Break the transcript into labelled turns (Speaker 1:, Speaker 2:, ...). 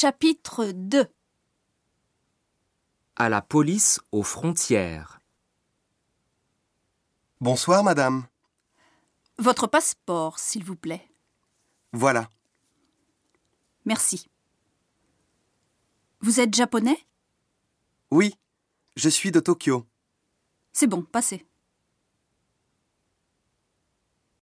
Speaker 1: Chapitre 2
Speaker 2: À la police aux frontières.
Speaker 3: Bonsoir, madame.
Speaker 1: Votre passeport, s'il vous plaît.
Speaker 3: Voilà.
Speaker 1: Merci. Vous êtes japonais
Speaker 3: Oui, je suis de Tokyo.
Speaker 1: C'est bon, passez.